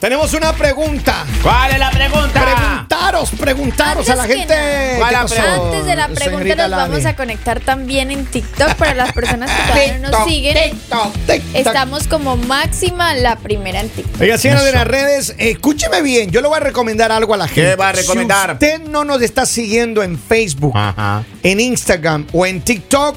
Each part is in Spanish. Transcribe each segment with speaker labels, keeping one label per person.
Speaker 1: tenemos una pregunta.
Speaker 2: ¿Cuál es la pregunta?
Speaker 1: Preguntaros, preguntaros a la
Speaker 3: Antes que
Speaker 1: gente.
Speaker 3: nada.
Speaker 1: ¿Qué
Speaker 2: Ah. ¿Cuál
Speaker 1: pasó,
Speaker 3: Antes de la
Speaker 1: señorita
Speaker 3: pregunta nos
Speaker 1: Lali?
Speaker 3: vamos a conectar también en TikTok para las personas que todavía no nos siguen.
Speaker 1: Tic, tac.
Speaker 3: Estamos como máxima la primera en TikTok.
Speaker 1: Oiga, síganos en las redes. Escúcheme bien, yo le voy a recomendar algo a la gente.
Speaker 2: va a recomendar?
Speaker 1: Si usted no nos está siguiendo en Facebook,
Speaker 2: Ajá.
Speaker 1: en Instagram o en TikTok,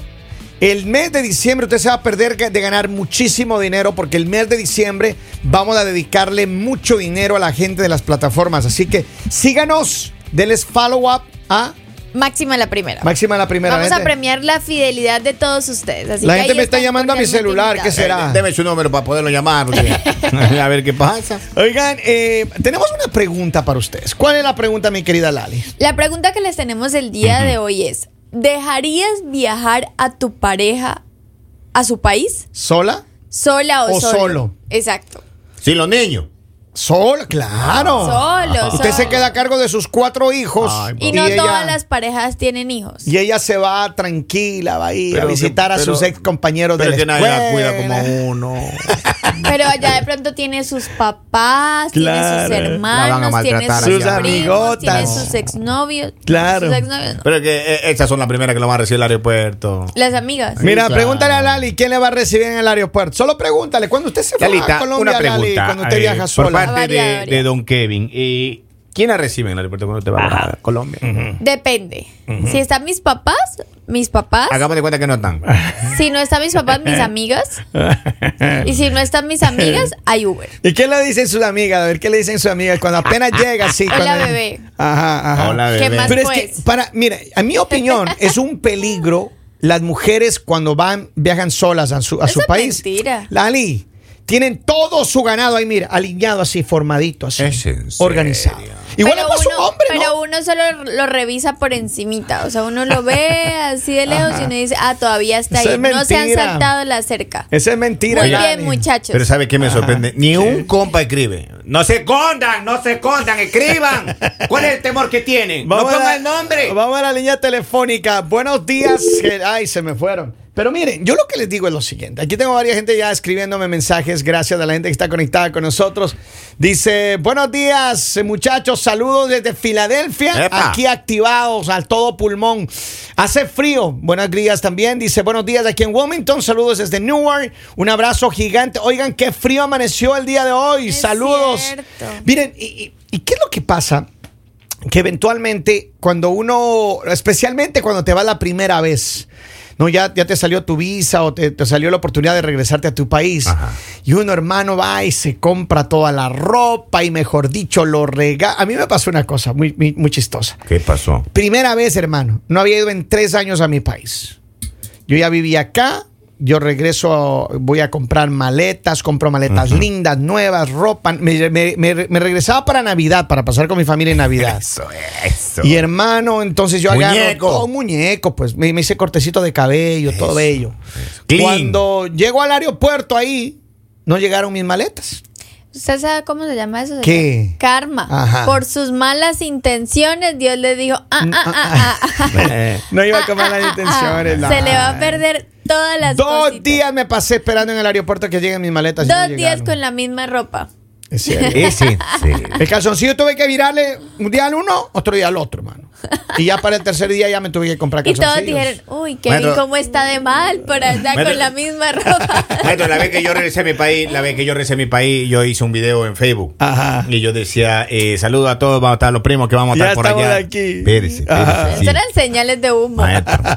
Speaker 1: el mes de diciembre usted se va a perder de ganar muchísimo dinero porque el mes de diciembre vamos a dedicarle mucho dinero a la gente de las plataformas. Así que síganos, denles follow up a
Speaker 3: Máxima la primera.
Speaker 1: Máxima la primera.
Speaker 3: Vamos
Speaker 1: La
Speaker 3: a
Speaker 1: gente-
Speaker 3: premiar la fidelidad de todos ustedes. así
Speaker 1: La
Speaker 3: que
Speaker 1: gente
Speaker 3: ahí
Speaker 1: me está
Speaker 3: están
Speaker 1: llamando a mi
Speaker 3: cordialmente
Speaker 1: celular, ¿qué
Speaker 3: invitados.
Speaker 1: será?
Speaker 2: Eh, Deme su número para poderlo llamar. porque- a ver qué pasa.
Speaker 1: Oigan, eh, tenemos una pregunta para ustedes. ¿Cuál es la pregunta, mi querida Lali?
Speaker 3: La pregunta que les tenemos el día de hoy es: ¿dejarías viajar a tu pareja a su país?
Speaker 1: ¿Sola?
Speaker 3: ¿Sola o,
Speaker 1: O solo.
Speaker 3: Exacto.
Speaker 2: Sí, los niños.
Speaker 1: Sol, claro.
Speaker 3: Solo,
Speaker 1: Ah. Usted
Speaker 3: solo.
Speaker 1: se queda a cargo de sus cuatro hijos.
Speaker 2: Ay, pues.
Speaker 3: Y no todas las parejas tienen hijos.
Speaker 1: Y ella se va tranquila, va ahí a
Speaker 2: Pero que-
Speaker 1: visitar a
Speaker 2: pero-
Speaker 1: sus ex compañeros de
Speaker 2: Pero
Speaker 1: la
Speaker 2: que nadie la
Speaker 1: escuela.
Speaker 2: cuida como uno.
Speaker 3: Pero allá de pronto tiene sus papás,
Speaker 1: Claro.
Speaker 3: tiene sus
Speaker 2: La van a
Speaker 3: hermanos, tiene sus,
Speaker 2: maltratar allá. Sus
Speaker 3: amigos, tiene
Speaker 1: amigotas.
Speaker 3: sus exnovios.
Speaker 1: Claro.
Speaker 3: Sus exnovios, no.
Speaker 2: Pero que eh, estas son las primeras que lo van a recibir al aeropuerto.
Speaker 3: Las amigas.
Speaker 1: Mira,
Speaker 2: Sí, claro.
Speaker 1: pregúntale a Lali quién le va a recibir en el aeropuerto. Solo pregúntale, cuando usted se va
Speaker 2: Lalita,
Speaker 1: a Colombia,
Speaker 2: una
Speaker 1: Lali,
Speaker 2: pregunta.
Speaker 1: cuando usted
Speaker 2: eh,
Speaker 1: viaja
Speaker 2: Por
Speaker 1: sola.
Speaker 2: parte
Speaker 3: Varía,
Speaker 2: de,
Speaker 3: varía.
Speaker 2: de Don Kevin. eh, ¿Quién la recibe en el aeropuerto cuando te va a bajar a Colombia?
Speaker 3: Depende. Si están mis papás, mis papás.
Speaker 2: Hagamos de cuenta que no están.
Speaker 3: Si no están mis papás, mis amigas. Y si no están mis amigas, hay Uber.
Speaker 1: ¿Y qué le dicen sus amigas? A ver, ¿qué le dicen sus amigas cuando apenas llega? Sí,
Speaker 3: Hola,
Speaker 1: cuando-
Speaker 3: bebé.
Speaker 1: Ajá, ajá.
Speaker 2: Hola,
Speaker 3: ¿Qué
Speaker 2: bebé.
Speaker 3: más?
Speaker 1: Pero es
Speaker 3: Pues.
Speaker 1: que, para, mira, a mi opinión, es un peligro las mujeres cuando van, viajan solas a su, a
Speaker 3: Eso
Speaker 1: su
Speaker 3: es
Speaker 1: país.
Speaker 3: mentira.
Speaker 1: Lali, tienen todo su ganado ahí, mira, alineado así, formadito, así.
Speaker 2: Es en serio.
Speaker 1: organizado. Igual le
Speaker 3: Pero
Speaker 1: pasa a un
Speaker 3: uno-
Speaker 1: hombre,
Speaker 3: Pero
Speaker 1: ¿no?
Speaker 3: uno solo lo revisa por encimita. O sea, uno lo ve así de lejos y uno dice, ah, todavía está
Speaker 1: Eso
Speaker 3: ahí.
Speaker 1: es
Speaker 3: No se han
Speaker 1: mentira.
Speaker 3: saltado la cerca.
Speaker 1: Esa es mentira,
Speaker 3: Muy
Speaker 1: Lali.
Speaker 3: bien, muchachos.
Speaker 2: Pero ¿sabe qué me sorprende? Ni un compa escribe. No se escondan, no se escondan, escriban. ¿Cuál es el temor que tienen?
Speaker 1: Vamos
Speaker 2: no
Speaker 1: a la-
Speaker 2: pongan nombre.
Speaker 1: Vamos a la línea telefónica. Buenos días. que- Ay, se me fueron. Pero miren, yo lo que les digo es lo siguiente. Aquí tengo varias gente ya escribiéndome mensajes. Gracias a la gente que está conectada con nosotros. Dice, buenos días, eh, muchachos. Saludos desde Filadelfia.
Speaker 2: Epa.
Speaker 1: Aquí activados al todo pulmón. Hace frío. Buenos días también. Dice, buenos días aquí en Wilmington. Saludos desde Newark. Un abrazo gigante. Oigan, qué frío amaneció el día de hoy.
Speaker 3: Es
Speaker 1: Saludos.
Speaker 3: cierto.
Speaker 1: Miren, y- y- ¿y qué es lo que pasa? que eventualmente cuando uno, especialmente cuando te va la primera vez, no ya, ya te salió tu visa o te, te salió la oportunidad de regresarte a tu país.
Speaker 2: Ajá.
Speaker 1: Y uno hermano va y se compra toda la ropa y mejor dicho lo rega. A mí me pasó una cosa muy, muy, muy chistosa.
Speaker 2: ¿Qué pasó?
Speaker 1: Primera vez, hermano. No había ido en tres años a mi país. Yo ya vivía acá. Yo regreso, voy a comprar maletas, compro maletas lindas, nuevas, ropa. Me, me- me- me regresaba para Navidad, para pasar con mi familia en Navidad.
Speaker 2: Eso, eso.
Speaker 1: Y hermano, entonces yo agarro
Speaker 2: Muñeco.
Speaker 1: todo un muñeco, pues me, me hice cortecito de cabello, todo bello.
Speaker 2: Clean.
Speaker 1: Cuando llego al aeropuerto ahí, no llegaron mis maletas.
Speaker 3: ¿Usted sabe cómo se llama eso?
Speaker 1: ¿Qué?
Speaker 3: Karma.
Speaker 1: Ajá. Mm,
Speaker 3: Por sus malas intenciones, Dios le dijo, ah, ah, ah, ah, ah,
Speaker 2: Eh,
Speaker 1: No iba a tomar
Speaker 3: ah,
Speaker 1: las
Speaker 3: ah,
Speaker 1: intenciones.
Speaker 3: ah".
Speaker 1: no.
Speaker 3: Se le va a perder todas las
Speaker 1: Dos
Speaker 3: cositas.
Speaker 1: días me pasé esperando en el aeropuerto que lleguen mis maletas. y no
Speaker 3: Dos días
Speaker 1: llegaron.
Speaker 3: con la misma ropa.
Speaker 1: En serio.
Speaker 2: ese, sí.
Speaker 1: El calzoncillo tuve que virarle un día al uno, otro día al otro, hermano. Y ya para el tercer día ya me tuve que comprar
Speaker 3: Y todos
Speaker 1: calzoncillos.
Speaker 3: dijeron, uy, Kevin,
Speaker 2: Bueno.
Speaker 3: ¿cómo está de mal por andar
Speaker 2: Bueno.
Speaker 3: con la misma ropa?
Speaker 2: Maestro, la vez que yo regresé a mi país, la vez que yo regresé a mi país, yo hice un video en Facebook.
Speaker 1: Ajá.
Speaker 2: Y yo decía, eh, saludo a todos, vamos a estar los primos que vamos a estar
Speaker 1: Ya
Speaker 2: por
Speaker 1: estamos
Speaker 2: allá.
Speaker 1: aquí.
Speaker 2: Espérese,
Speaker 1: Ajá.
Speaker 2: espérese, sí.
Speaker 3: Esas eran señales de humo.
Speaker 2: Maestro.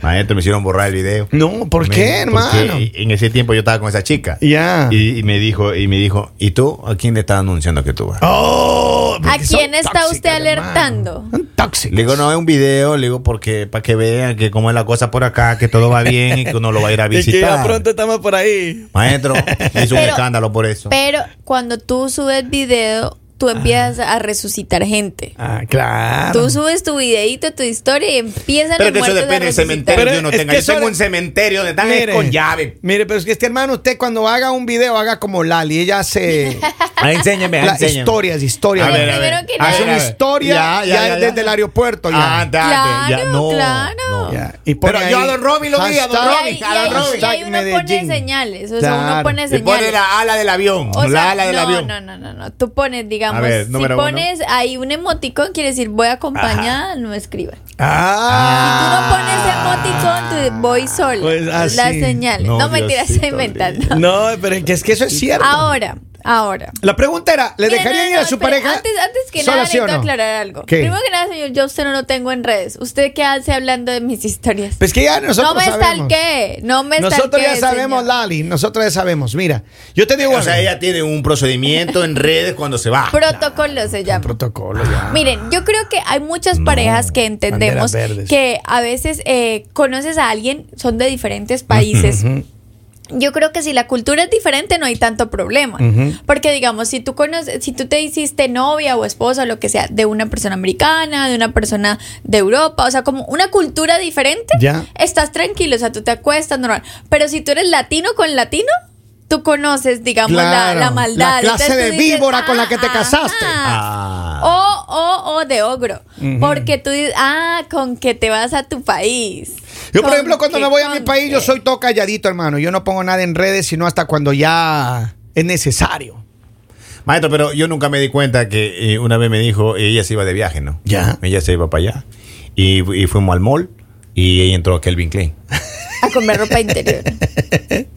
Speaker 2: Maestro, me hicieron borrar el video.
Speaker 1: No, ¿por
Speaker 2: Me-
Speaker 1: qué,
Speaker 2: porque
Speaker 1: hermano?
Speaker 2: en ese tiempo yo estaba con esa chica.
Speaker 1: Ya.
Speaker 2: Y, y me dijo, y me dijo, ¿y tú a quién le estás anunciando que tú vas?
Speaker 1: Oh,
Speaker 3: ¿A
Speaker 1: porque son
Speaker 3: quién está
Speaker 1: tóxicas,
Speaker 3: usted
Speaker 1: hermano.
Speaker 3: alertando?
Speaker 1: Son tóxicas.
Speaker 2: Le digo, no, es un video, le digo, porque para que vean que cómo es la cosa por acá, que todo va bien y que uno lo va a ir a visitar.
Speaker 1: estamos por ahí.
Speaker 2: Maestro, hizo un
Speaker 3: Pero-
Speaker 2: escándalo por eso.
Speaker 3: Pero cuando tú subes video, tú empiezas a resucitar gente.
Speaker 1: Ah, claro.
Speaker 3: Tú subes tu videíto, tu historia y empiezan
Speaker 2: Pero
Speaker 3: los
Speaker 2: que eso
Speaker 3: muertos a
Speaker 2: depende del
Speaker 3: resucitar.
Speaker 2: cementerio
Speaker 1: Pero
Speaker 2: que uno
Speaker 1: es
Speaker 2: tenga.
Speaker 1: que
Speaker 2: Yo tengo
Speaker 1: eso-
Speaker 2: un cementerio de tan
Speaker 1: Mire,
Speaker 2: con llave.
Speaker 1: Mire, pero es que este hermano, usted cuando haga un video, haga como Lali. Ella hace
Speaker 2: Ah, enséñame,
Speaker 1: la-
Speaker 2: enséñame.
Speaker 1: historias, historias.
Speaker 3: A ver, a ver. Primero que
Speaker 1: Hace
Speaker 3: nada.
Speaker 1: una historia ya, desde el aeropuerto. Ya.
Speaker 2: Ah, date, ya,
Speaker 3: Claro,
Speaker 2: no,
Speaker 3: claro.
Speaker 2: no,
Speaker 3: No.
Speaker 1: Ya, y pon
Speaker 2: Pero
Speaker 1: ahí
Speaker 2: yo a Don Robbie lo vi,
Speaker 1: hashtag-
Speaker 2: a Don
Speaker 3: Y
Speaker 2: Robbie.
Speaker 3: ahí, y
Speaker 2: a Don
Speaker 3: ahí-
Speaker 2: Robbie.
Speaker 3: y ahí uno pone
Speaker 1: Medellín.
Speaker 3: señales. O sea, uno
Speaker 1: Claro.
Speaker 3: pone
Speaker 2: Le pone
Speaker 3: señales.
Speaker 2: la ala del avión.
Speaker 3: O
Speaker 2: la
Speaker 3: sea,
Speaker 2: ala
Speaker 3: no,
Speaker 2: del avión.
Speaker 3: no, no, no, no. Tú pones, digamos,
Speaker 2: A ver,
Speaker 3: si
Speaker 2: número uno.
Speaker 3: pones ahí un emoticón, quiere decir voy acompañada, no escriban.
Speaker 1: Ah.
Speaker 3: Si tú no pones emoticón, tú voy sola.
Speaker 1: Pues así.
Speaker 3: Las señales.
Speaker 2: No,
Speaker 3: No, mentira,
Speaker 2: Diosito
Speaker 3: estoy inventando.
Speaker 1: No, pero es que, es que eso es cierto.
Speaker 3: Ahora, ahora.
Speaker 1: La pregunta era, ¿le
Speaker 3: Mira,
Speaker 1: dejarían
Speaker 3: no,
Speaker 1: ir a
Speaker 3: no,
Speaker 1: su
Speaker 3: espera,
Speaker 1: pareja?
Speaker 3: Antes, antes que
Speaker 1: sola,
Speaker 3: nada,
Speaker 1: sí o
Speaker 3: necesito
Speaker 1: no?
Speaker 3: aclarar algo.
Speaker 1: ¿Qué?
Speaker 3: Primero que nada, señor, yo a usted no lo tengo en redes. ¿Usted qué hace hablando de mis historias?
Speaker 1: Pues que ya nosotros
Speaker 3: no me
Speaker 1: sabemos.
Speaker 3: stalquee. No me
Speaker 1: Nosotros ya
Speaker 3: stalquee,
Speaker 1: sabemos,
Speaker 3: señor.
Speaker 1: Lali, nosotros ya sabemos. Mira, yo te digo,
Speaker 2: O sea,
Speaker 1: algo.
Speaker 2: ella tiene un procedimiento en redes cuando se va.
Speaker 3: Protocolo se llama.
Speaker 1: protocolo ya.
Speaker 3: Miren, yo creo que hay muchas parejas que entendemos
Speaker 1: banderas verdes.
Speaker 3: que a veces eh, conoces a alguien, son de diferentes países. Yo creo que si la cultura es diferente no hay tanto problema,
Speaker 1: Ujú.
Speaker 3: porque digamos si tú conoces, si tú te hiciste novia o esposa o lo que sea de una persona americana, de una persona de Europa, o sea como una cultura diferente,
Speaker 1: Ya.
Speaker 3: estás tranquilo, o sea tú te acuestas normal, pero si tú eres latino con latino, tú conoces digamos la-
Speaker 1: Claro,
Speaker 3: la, maldad,
Speaker 1: la clase
Speaker 3: Entonces
Speaker 1: de
Speaker 3: tú dices,
Speaker 1: víbora con la que te
Speaker 3: "Ah,
Speaker 1: casaste".
Speaker 2: Ah.
Speaker 3: o, o, o de ogro. Porque tú dices, ah, con que te vas a tu país.
Speaker 1: Yo, por
Speaker 3: Con
Speaker 1: ejemplo, cuando
Speaker 3: que-
Speaker 1: me voy a
Speaker 3: con
Speaker 1: mi país, yo
Speaker 3: que.
Speaker 1: soy todo calladito, hermano. Yo no pongo nada en redes, sino hasta cuando ya es necesario.
Speaker 2: Maestro, pero yo nunca me di cuenta que eh, una vez me dijo, ella se iba de viaje, ¿no?
Speaker 1: Ya.
Speaker 2: Ella se iba para allá. Y, fu- y fuimos al mall y ella entró a Kelvin Klein.
Speaker 3: A comer ropa interior.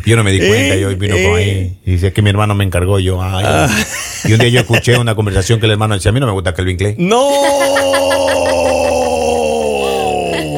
Speaker 2: Yo no me di
Speaker 1: Eh,
Speaker 2: cuenta, yo vino
Speaker 1: eh. Ah.
Speaker 2: por ahí. Y dice que mi hermano me encargó, y yo, ay. Y un día yo escuché una conversación que el hermano decía, a mí no me gusta Kelvin Klein.
Speaker 1: ¡No!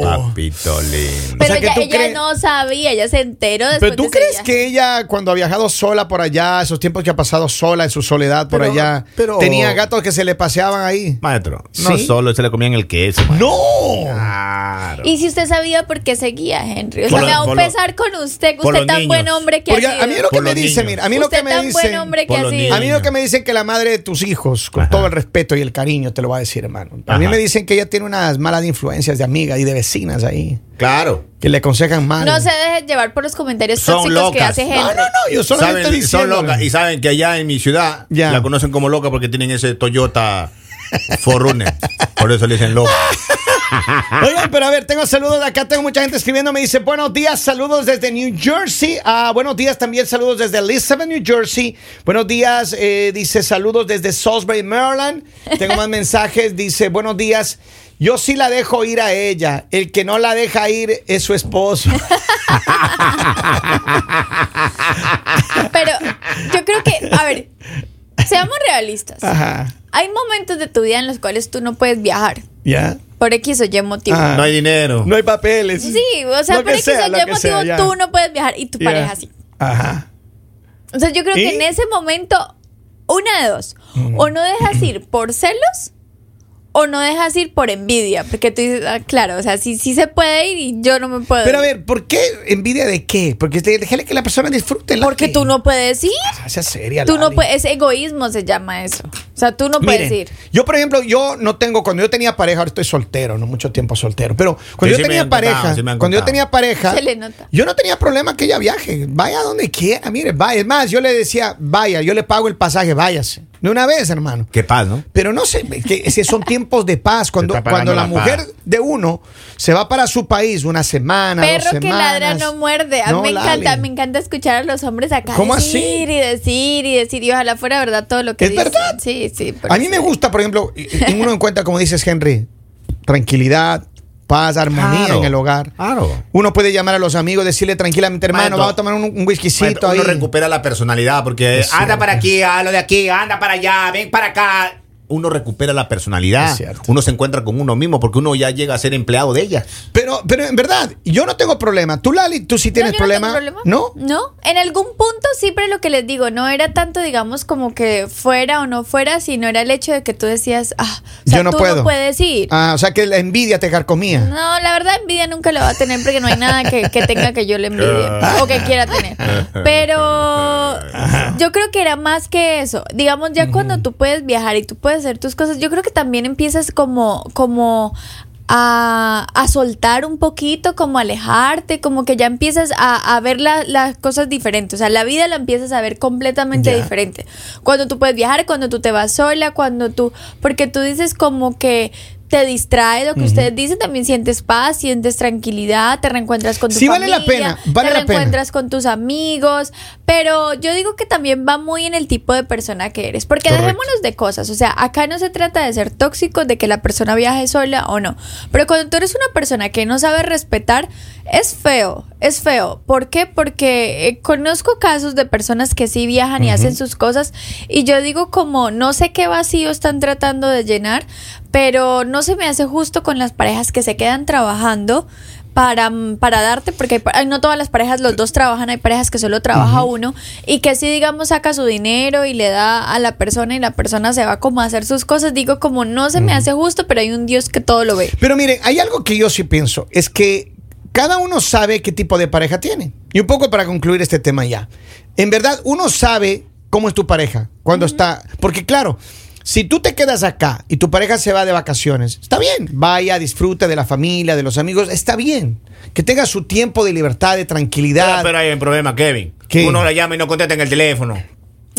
Speaker 2: Papito lindo.
Speaker 3: Pero
Speaker 1: sea, que
Speaker 3: ella,
Speaker 1: tú
Speaker 3: ella
Speaker 1: crees-
Speaker 3: no sabía, ella se enteró después
Speaker 1: Pero tú
Speaker 3: de ese
Speaker 1: crees
Speaker 3: viaje.
Speaker 1: que ella, cuando ha viajado sola por allá, esos tiempos que ha pasado sola en su soledad por
Speaker 2: Pero-
Speaker 1: allá,
Speaker 2: pero-
Speaker 1: tenía gatos que se le paseaban ahí.
Speaker 2: Maestro, no
Speaker 1: ¿Sí?
Speaker 2: solo se le comían el queso. maestro.
Speaker 1: ¡No!
Speaker 2: Claro.
Speaker 3: Y si usted sabía por qué seguía, Henry. O sea,
Speaker 2: Por
Speaker 3: me
Speaker 2: lo-
Speaker 3: da un
Speaker 2: por lo-
Speaker 3: pesar con usted, que
Speaker 2: por
Speaker 3: usted
Speaker 2: los
Speaker 3: tan
Speaker 2: niños.
Speaker 3: buen hombre que
Speaker 1: Porque
Speaker 3: ha sido.
Speaker 1: a mí lo que
Speaker 2: Por
Speaker 1: me
Speaker 2: los
Speaker 1: dicen,
Speaker 2: niños.
Speaker 1: mira, a mí lo
Speaker 3: usted
Speaker 1: que me
Speaker 3: tan buen
Speaker 1: dicen.
Speaker 3: hombre que
Speaker 2: Por
Speaker 3: ha
Speaker 2: los
Speaker 3: sido.
Speaker 1: A mí lo que me dicen que la madre de tus hijos, con
Speaker 2: Ajá.
Speaker 1: todo el respeto y el cariño, te lo va a decir, hermano. A mí
Speaker 2: Ajá.
Speaker 1: me dicen que ella tiene unas malas influencias de amigas y de vecinas ahí,
Speaker 2: Claro.
Speaker 1: que le aconsejan mal.
Speaker 3: No se deje llevar por los comentarios
Speaker 2: Son
Speaker 3: tóxicos que
Speaker 2: locas.
Speaker 3: hace Henry.
Speaker 1: No, no, no, yo solo
Speaker 2: Saben,
Speaker 1: estoy
Speaker 2: son
Speaker 1: diciendo.
Speaker 2: locas. Y saben que allá en mi ciudad
Speaker 1: Ya.
Speaker 2: la conocen como loca porque tienen ese Toyota Forrunner. Por eso le dicen loca.
Speaker 1: Oigan, pero a ver, tengo saludos de acá, tengo mucha gente escribiendo, me dice buenos días, saludos desde New Jersey, Ah, buenos días también, saludos desde Elizabeth, New Jersey, buenos días, eh, dice saludos desde Salisbury, Maryland, tengo más mensajes, dice buenos días, yo sí la dejo ir a ella, el que no la deja ir es su esposo.
Speaker 3: Pero yo creo que, a ver, seamos realistas.
Speaker 1: Ajá,
Speaker 3: Hay momentos de tu vida en los cuales tú no puedes viajar
Speaker 1: ya.
Speaker 3: por X o Y motivo.
Speaker 1: Ah.
Speaker 2: No hay dinero.
Speaker 1: No hay papeles.
Speaker 3: Sí, o sea,
Speaker 1: Lo
Speaker 3: por
Speaker 1: que
Speaker 3: X
Speaker 1: sea,
Speaker 3: o Y
Speaker 1: lo que
Speaker 3: motivo
Speaker 1: sea, ya.
Speaker 3: tú no puedes viajar y tu
Speaker 1: Ya.
Speaker 3: pareja sí.
Speaker 1: Ajá.
Speaker 3: O sea, yo creo
Speaker 1: ¿Y? Mm.
Speaker 3: que en ese momento, una de dos, o no dejas ir por celos o no dejas ir por envidia, porque tú dices, ah, claro, o sea, sí, sí se puede ir y yo no me puedo
Speaker 1: Pero a
Speaker 3: ir.
Speaker 1: ver, ¿por qué envidia de qué? Porque te- déjale que la persona disfrute. la
Speaker 3: Porque
Speaker 1: que-
Speaker 3: tú no puedes ir.
Speaker 1: Ah, sea seria,
Speaker 3: Tú no
Speaker 1: Lali.
Speaker 3: puedes, es egoísmo se llama eso. O sea, tú no puedes
Speaker 1: Miren,
Speaker 3: ir.
Speaker 1: Yo, por ejemplo, yo no tengo, cuando yo tenía pareja, ahora estoy soltero, no mucho tiempo soltero, pero cuando yo
Speaker 2: Sí, sí me
Speaker 1: tenía
Speaker 2: han contado,
Speaker 1: pareja,
Speaker 2: sí me han
Speaker 1: cuando yo
Speaker 2: contado.
Speaker 1: tenía pareja,
Speaker 3: Se le nota.
Speaker 1: yo no tenía problema que ella viaje, vaya a donde quiera, mire, vaya. Es más, yo le decía, vaya, yo le pago el pasaje, váyase. De una vez, hermano.
Speaker 2: Qué paz, ¿no?
Speaker 1: Pero no sé, que si son tiempos de paz, cuando,
Speaker 2: está pagando
Speaker 1: cuando la
Speaker 2: la paz.
Speaker 1: mujer de uno se va para su país una semana, dos
Speaker 3: Perro que
Speaker 1: semanas.
Speaker 3: ladra no muerde. A mí
Speaker 1: No,
Speaker 3: me encanta,
Speaker 1: Lali.
Speaker 3: me encanta escuchar a los hombres acá
Speaker 1: ¿Cómo
Speaker 3: decir
Speaker 1: así?
Speaker 3: y decir y decir. Y ojalá fuera verdad todo lo que
Speaker 1: ¿Es
Speaker 3: dicen.
Speaker 1: verdad?
Speaker 3: Sí, sí. pero
Speaker 1: A mí me
Speaker 3: sí.
Speaker 1: gusta, por ejemplo, y- y uno encuentra, como dices, Henry, tranquilidad, paz, armonía
Speaker 2: Claro,
Speaker 1: en el hogar.
Speaker 2: claro.
Speaker 1: Uno puede llamar a los amigos, decirle tranquilamente, hermano,
Speaker 2: Maestro,
Speaker 1: vamos a tomar un, un whiskycito
Speaker 2: Maestro, uno
Speaker 1: ahí.
Speaker 2: recupera la personalidad porque
Speaker 1: Es
Speaker 2: anda
Speaker 1: cierto.
Speaker 2: para aquí, a lo de aquí, anda para allá, ven para acá. Uno recupera la
Speaker 1: Es
Speaker 2: personalidad.
Speaker 1: cierto.
Speaker 2: Uno se encuentra con uno mismo porque uno ya llega a ser empleado de ella.
Speaker 1: Pero, pero en verdad, yo no tengo problema. Tú, Lali, tú sí tienes
Speaker 3: No, yo no
Speaker 1: problema.
Speaker 3: tengo
Speaker 1: ¿No?
Speaker 3: No. En algún punto sí, pero lo que les digo, no era tanto, digamos, como que fuera o no fuera, sino era el hecho de que tú decías, ah, o sea,
Speaker 1: yo no
Speaker 3: tú
Speaker 1: puedo.
Speaker 3: no puedes ir.
Speaker 1: Ah, o sea que la envidia te carcomía.
Speaker 3: No, la verdad envidia nunca la va a tener porque no hay nada que, que tenga que yo le envidie o que quiera tener. Pero yo creo que era más que eso. Digamos, ya cuando tú puedes viajar y tú puedes hacer tus cosas, yo creo que también empiezas como, como a, a soltar un poquito, como a alejarte, como que ya empiezas a, a ver la- las cosas diferentes. O sea, la vida la empiezas a ver completamente
Speaker 1: Ya.
Speaker 3: diferente. Cuando tú puedes viajar, cuando tú te vas sola, cuando tú... Porque tú dices como que te distrae lo que ustedes dicen, también sientes paz, sientes tranquilidad, te reencuentras con tu
Speaker 1: Sí, vale
Speaker 3: familia,
Speaker 1: la pena, vale
Speaker 3: te
Speaker 1: la pena.
Speaker 3: reencuentras con tus amigos, pero yo digo que también va muy en el tipo de persona que eres, porque
Speaker 2: Correcto.
Speaker 3: dejémonos de cosas, o sea, acá no se trata de ser tóxicos, de que la persona viaje sola o no, pero cuando tú eres una persona que no sabe respetar, es feo, es feo, ¿por qué? Porque eh, conozco casos de personas que sí viajan y hacen sus cosas y yo digo como no sé qué vacío están tratando de llenar, pero no se me hace justo con las parejas que se quedan trabajando para, para darte, porque hay pa- ay, no todas las parejas, los dos trabajan, hay parejas que solo trabaja uno y que si digamos saca su dinero y le da a la persona y la persona se va como a hacer sus cosas, digo como no se me hace justo, pero hay un Dios que todo lo ve.
Speaker 1: Pero miren, hay algo que yo sí pienso, es que cada uno sabe qué tipo de pareja tiene. Y un poco para concluir este tema ya. En verdad, uno sabe cómo es tu pareja, cuando está... Porque claro, si tú te quedas acá y tu pareja se va de vacaciones, está bien, vaya, disfruta de la familia, de los amigos, está bien. Que tenga su tiempo de libertad, de tranquilidad.
Speaker 2: Pero, pero hay un problema, Kevin.
Speaker 1: ¿Qué?
Speaker 2: Uno la llama y no contesta en el teléfono.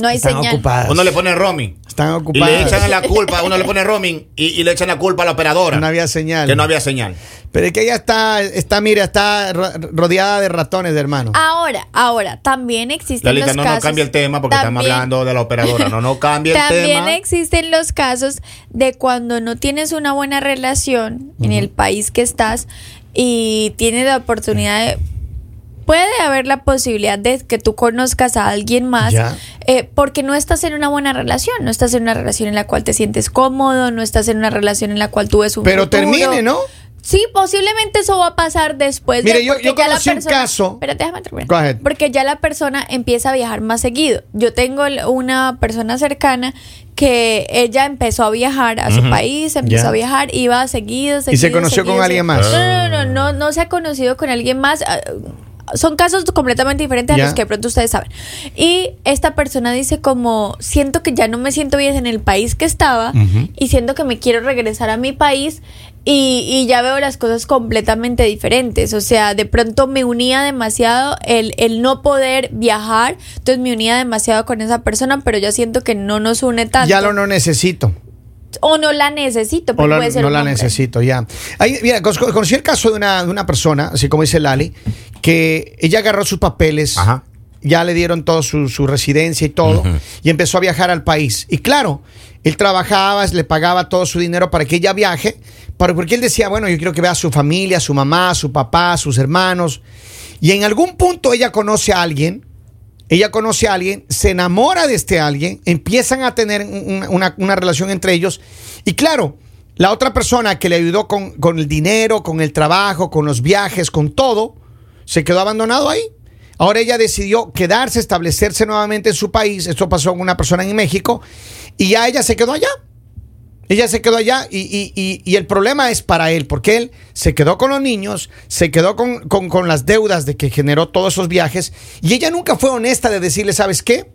Speaker 3: No hay
Speaker 1: están
Speaker 3: señal.
Speaker 1: ocupadas.
Speaker 2: Uno le pone roaming.
Speaker 1: Están
Speaker 2: Y le echan
Speaker 1: ocupadas.
Speaker 2: la culpa, uno le pone roaming y, y le echan la culpa a la operadora.
Speaker 1: No había señal.
Speaker 2: Que no había señal.
Speaker 1: Pero es que ella está, está, mira, está ro- rodeada de ratones, de hermano.
Speaker 3: Ahora, ahora, también existen
Speaker 2: Lalita,
Speaker 3: los
Speaker 2: no,
Speaker 3: casos.
Speaker 2: no cambia el tema porque estamos
Speaker 3: También-
Speaker 2: hablando de la operadora. No, no cambia el
Speaker 3: También
Speaker 2: tema.
Speaker 3: existen los casos de cuando no tienes una buena relación en el país que estás y tienes la oportunidad de... Puede haber la posibilidad de que tú conozcas a alguien más
Speaker 1: Ya.
Speaker 3: eh, porque no estás en una buena relación, no estás en una relación en la cual te sientes cómodo, no estás en una relación en la cual tú ves un
Speaker 1: Pero
Speaker 3: futuro.
Speaker 1: termine, ¿no?
Speaker 3: Sí, posiblemente eso va a pasar después.
Speaker 1: Mire,
Speaker 3: de,
Speaker 1: yo-
Speaker 3: porque
Speaker 1: yo
Speaker 3: ya la
Speaker 1: conocí un
Speaker 3: persona-
Speaker 1: caso.
Speaker 3: Espérate, déjame terminar.
Speaker 1: Go ahead.
Speaker 3: Porque ya la persona empieza a viajar más seguido. Yo tengo l- una persona cercana que ella empezó a viajar a su país, empezó
Speaker 1: Ya.
Speaker 3: a viajar, iba seguido, seguido.
Speaker 1: se conoció
Speaker 3: seguido,
Speaker 1: con alguien
Speaker 3: seguido.
Speaker 1: más.
Speaker 3: No, no, no, no, no se ha conocido con alguien más. Ah, Son casos completamente diferentes
Speaker 1: Ya.
Speaker 3: a los que de pronto ustedes saben. Y esta persona dice como, siento que ya no me siento bien en el país que estaba
Speaker 1: Ujú.
Speaker 3: y siento que me quiero regresar a mi país y, y ya veo las cosas completamente diferentes. O sea, de pronto me unía demasiado el, el no poder viajar, entonces me unía demasiado con esa persona, pero ya siento que no nos une tanto.
Speaker 1: Ya lo no necesito.
Speaker 3: o no la necesito,
Speaker 1: O
Speaker 3: porque
Speaker 1: la-
Speaker 3: puede ser
Speaker 1: no
Speaker 3: un
Speaker 1: la
Speaker 3: hombre.
Speaker 1: necesito, ya. Ahí, mira, con- con- conocí el caso de una, de una persona, así como dice Lali, que ella agarró sus papeles,
Speaker 2: Ajá.
Speaker 1: ya le dieron toda su, su residencia y todo, y empezó a viajar al país. Y claro, él trabajaba, le pagaba todo su dinero para que ella viaje, para- porque él decía, bueno, yo quiero que vea a su familia, a su mamá, a su papá, a sus hermanos. Y en algún punto ella conoce a alguien ella conoce a alguien, se enamora de este alguien, empiezan a tener un- una, una relación entre ellos. Y claro, la otra persona que le ayudó con, con el dinero, con el trabajo, con los viajes, con todo, se quedó abandonado ahí. Ahora ella decidió quedarse, establecerse nuevamente en su país. Esto pasó con una persona en México. Y ya ella se quedó allá. Ella se quedó allá y, y- y- y el problema es para él, porque él se quedó con los niños, se quedó con, con- con las deudas de que generó todos esos viajes y ella nunca fue honesta de decirle, ¿sabes qué?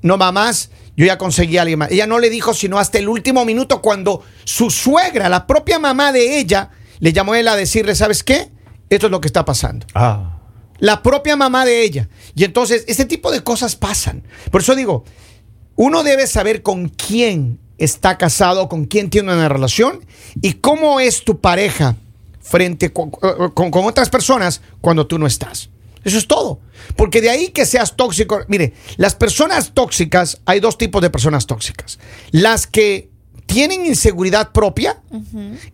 Speaker 1: No mamás, yo ya conseguí a alguien más. Ella no le dijo sino hasta el último minuto cuando su suegra, la propia mamá de ella, le llamó a él a decirle, ¿sabes qué? Esto es lo que está pasando.
Speaker 2: Ah.
Speaker 1: La propia mamá de ella. Y entonces, este tipo de cosas pasan. Por eso digo, uno debe saber con quién está casado, con quién tiene una relación y cómo es tu pareja frente con, eh, con- con otras personas cuando tú no estás. Eso es todo. Porque de ahí que seas tóxico. Mire, las personas tóxicas, hay dos tipos de personas tóxicas. Las que tienen inseguridad propia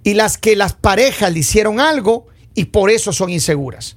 Speaker 1: y las que las parejas le hicieron algo y por eso son inseguras.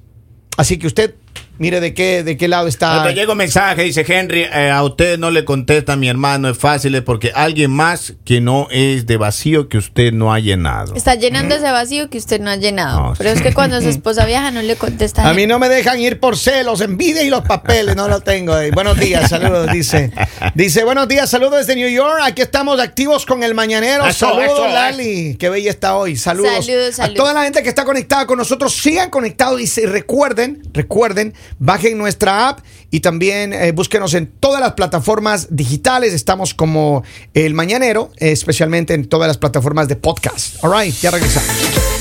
Speaker 1: Así que usted mire de qué, Ah, de qué lado está.
Speaker 2: Cuando llega un mensaje, dice Henry, eh, a usted no le contesta mi hermano, es fácil, es porque alguien más que no es de vacío que usted no ha llenado.
Speaker 3: Está llenando ese vacío que usted no ha llenado.
Speaker 2: No,
Speaker 3: pero
Speaker 2: sí.
Speaker 3: es que cuando su esposa viaja no le contesta.
Speaker 1: A mí no me dejan ir por celos, envidia y los papeles, no los tengo. ahí. Buenos días, saludos, dice. Dice, buenos días, saludos desde New York. Aquí estamos activos con el mañanero.
Speaker 2: Eso,
Speaker 1: saludos,
Speaker 2: eso, eh.
Speaker 1: Lali. Qué bella está hoy. Saludos.
Speaker 3: Saludos,
Speaker 1: A
Speaker 3: saludos.
Speaker 1: toda la gente que está conectada con nosotros, sigan conectados y se- recuerden, recuerden, bajen nuestra app y también eh, búsquenos en todas las plataformas digitales. Estamos como el mañanero, especialmente en todas las plataformas de podcast. All right, ya regresamos.